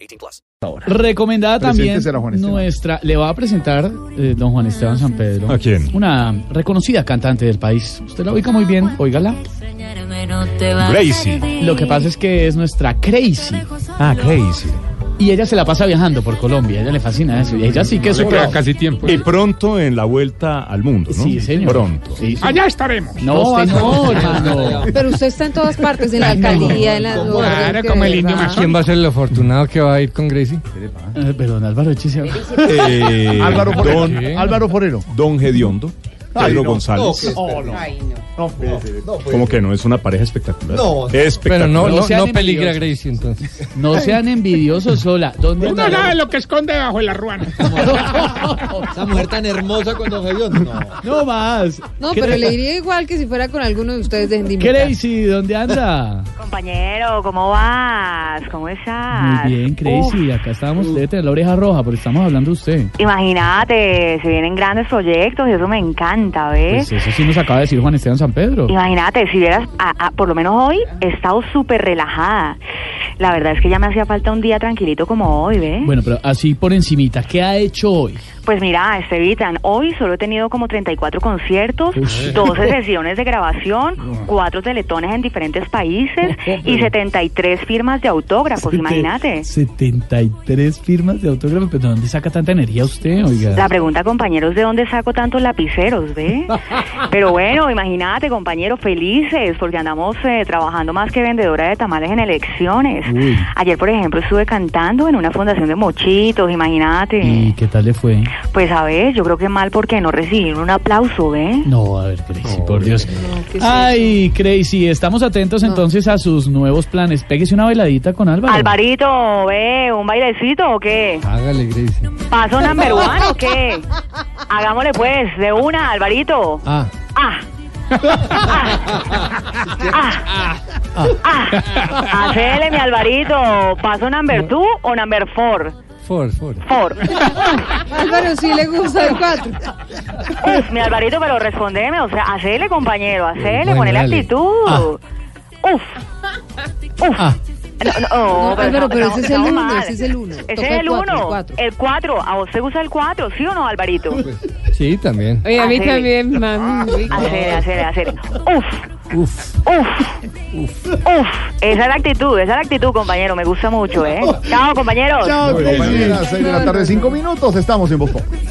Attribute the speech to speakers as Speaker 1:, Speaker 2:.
Speaker 1: 18 plus.
Speaker 2: Recomendada también
Speaker 3: Preséntesela, Juan Esteban.
Speaker 2: nuestra. Le va a presentar eh, don Juan Esteban San Pedro.
Speaker 4: ¿A quién?
Speaker 2: Una reconocida cantante del país. Usted la ubica muy bien, óigala.
Speaker 4: Crazy.
Speaker 2: Lo que pasa es que es nuestra Crazy.
Speaker 4: Ah, Crazy.
Speaker 2: Y ella se la pasa viajando por Colombia. A ella le fascina eso. Y ella sí que es un pro.
Speaker 4: tiempo. Y pronto en la vuelta al mundo, ¿no?
Speaker 2: Sí, señor.
Speaker 4: Pronto.
Speaker 2: Sí, sí.
Speaker 5: Allá estaremos.
Speaker 2: No, usted no, hermano.
Speaker 6: Pero usted está en todas partes, en la alcaldía, en las
Speaker 5: Claro,
Speaker 6: obras,
Speaker 5: como
Speaker 6: de
Speaker 5: el indio
Speaker 6: verdad.
Speaker 5: mayor.
Speaker 7: va a ser el afortunado que va a ir con Gracie?
Speaker 2: Eh, Perdón, Álvaro, échese a-
Speaker 4: Eh,
Speaker 3: Álvaro Forero.
Speaker 4: don,
Speaker 3: Álvaro Forero.
Speaker 4: don Gediondo,
Speaker 3: Ay,
Speaker 4: Pedro
Speaker 3: no.
Speaker 4: González.
Speaker 3: Oh, no. pues.
Speaker 4: Como que no, es una pareja espectacular.
Speaker 3: No.
Speaker 4: espectacular.
Speaker 7: Pero no,
Speaker 2: No
Speaker 7: no,
Speaker 2: sean
Speaker 7: no peligra
Speaker 2: envidiosos.
Speaker 7: Gracie entonces.
Speaker 2: No sean envidiosos sola. ¿Dónde
Speaker 5: Uno sabe lo que esconde bajo la ruana.
Speaker 8: Esa mujer tan hermosa con Don Gediondo. No.
Speaker 2: No más.
Speaker 6: No,
Speaker 2: ¿Qué
Speaker 6: pero
Speaker 2: le-
Speaker 6: le diría igual que si fuera con alguno de ustedes de Hendimita.
Speaker 2: Crazy, ¿dónde anda?
Speaker 9: Compañero, ¿cómo vas? ¿Cómo estás?
Speaker 2: Muy bien,
Speaker 9: Uf, ¿Eh?
Speaker 2: Crazy. Acá estamos. Debe tener la oreja roja, pero estamos hablando de usted.
Speaker 9: Imagínate, se vienen grandes proyectos y eso me encanta, ¿ves?
Speaker 2: Pues eso sí nos acaba de decir Juan Esteban San Pedro.
Speaker 9: Imagínate, si vieras, a- a- por lo menos hoy he estado súper relajada. La verdad es que ya me hacía falta un día tranquilito como hoy, ¿ves?
Speaker 2: Bueno, pero así por encimita, ¿qué ha hecho hoy?
Speaker 9: Pues mira, Estevitan, hoy solo he tenido como 34 conciertos, 12 sesiones de grabación, 4 teletones en diferentes países y 73 firmas de autógrafos, pues imagínate.
Speaker 2: 73 firmas de autógrafo, pero ¿dónde saca tanta energía usted,
Speaker 9: La
Speaker 2: oiga?
Speaker 9: pregunta, compañeros, ¿de dónde saco tantos lapiceros, ve? Pero bueno, imagínate, compañeros, felices, porque andamos eh, trabajando más que vendedora de tamales en elecciones.
Speaker 2: Uy.
Speaker 9: Ayer, por ejemplo, estuve cantando en una fundación de mochitos, imagínate.
Speaker 2: ¿Y qué tal le fue?
Speaker 9: Pues a ver, yo creo que mal porque no recibieron un aplauso, ve.
Speaker 2: No, a ver, Crazy, por Dios.
Speaker 6: ¿qué es
Speaker 2: Ay, Crazy, estamos atentos entonces a sus nuevos planes. Pégese una bailadita con Álvaro.
Speaker 9: Alvarito, ve, ¿un bailecito o qué?
Speaker 7: Hágale, Gracie.
Speaker 9: ¿Paso number one o qué? Hagámosle pues, de una, Alvarito.
Speaker 7: Ah,
Speaker 9: Ah. Ah. Ah. Hacele, mi Alvarito. ¿Paso number two o number four?
Speaker 7: for, for.
Speaker 9: Four.
Speaker 6: Álvaro sí le gusta el cuatro.
Speaker 9: Uf, mi Alvarito, pero respondeme. O sea, hacele, compañero. Hacele,
Speaker 7: Bueno,
Speaker 9: ponele
Speaker 7: dale.
Speaker 9: actitud. Uf. Uf.
Speaker 7: Ah.
Speaker 9: No, no,
Speaker 6: No, Álvaro, pero ese es el
Speaker 9: estamos
Speaker 6: uno,
Speaker 9: mal.
Speaker 6: ese es el uno.
Speaker 9: Ese
Speaker 6: Toca
Speaker 9: es
Speaker 6: el
Speaker 9: el
Speaker 6: cuatro, el
Speaker 9: uno.
Speaker 6: cuatro.
Speaker 9: El cuatro. ¿A vos te gusta el cuatro? ¿Sí o no, Alvarito?
Speaker 7: Sí, también.
Speaker 6: Oye, a mí
Speaker 9: Hacele.
Speaker 6: también, mami.
Speaker 9: Hacele, hacele, hacele. Uf.
Speaker 7: Uf.
Speaker 9: Uf, uf, esa es la actitud, esa es la actitud, compañero. Me gusta mucho, ¿eh? Chao, compañeros.
Speaker 3: Compañeras, seis de la tarde,
Speaker 6: no,
Speaker 3: cinco minutos, estamos en Voz Populi.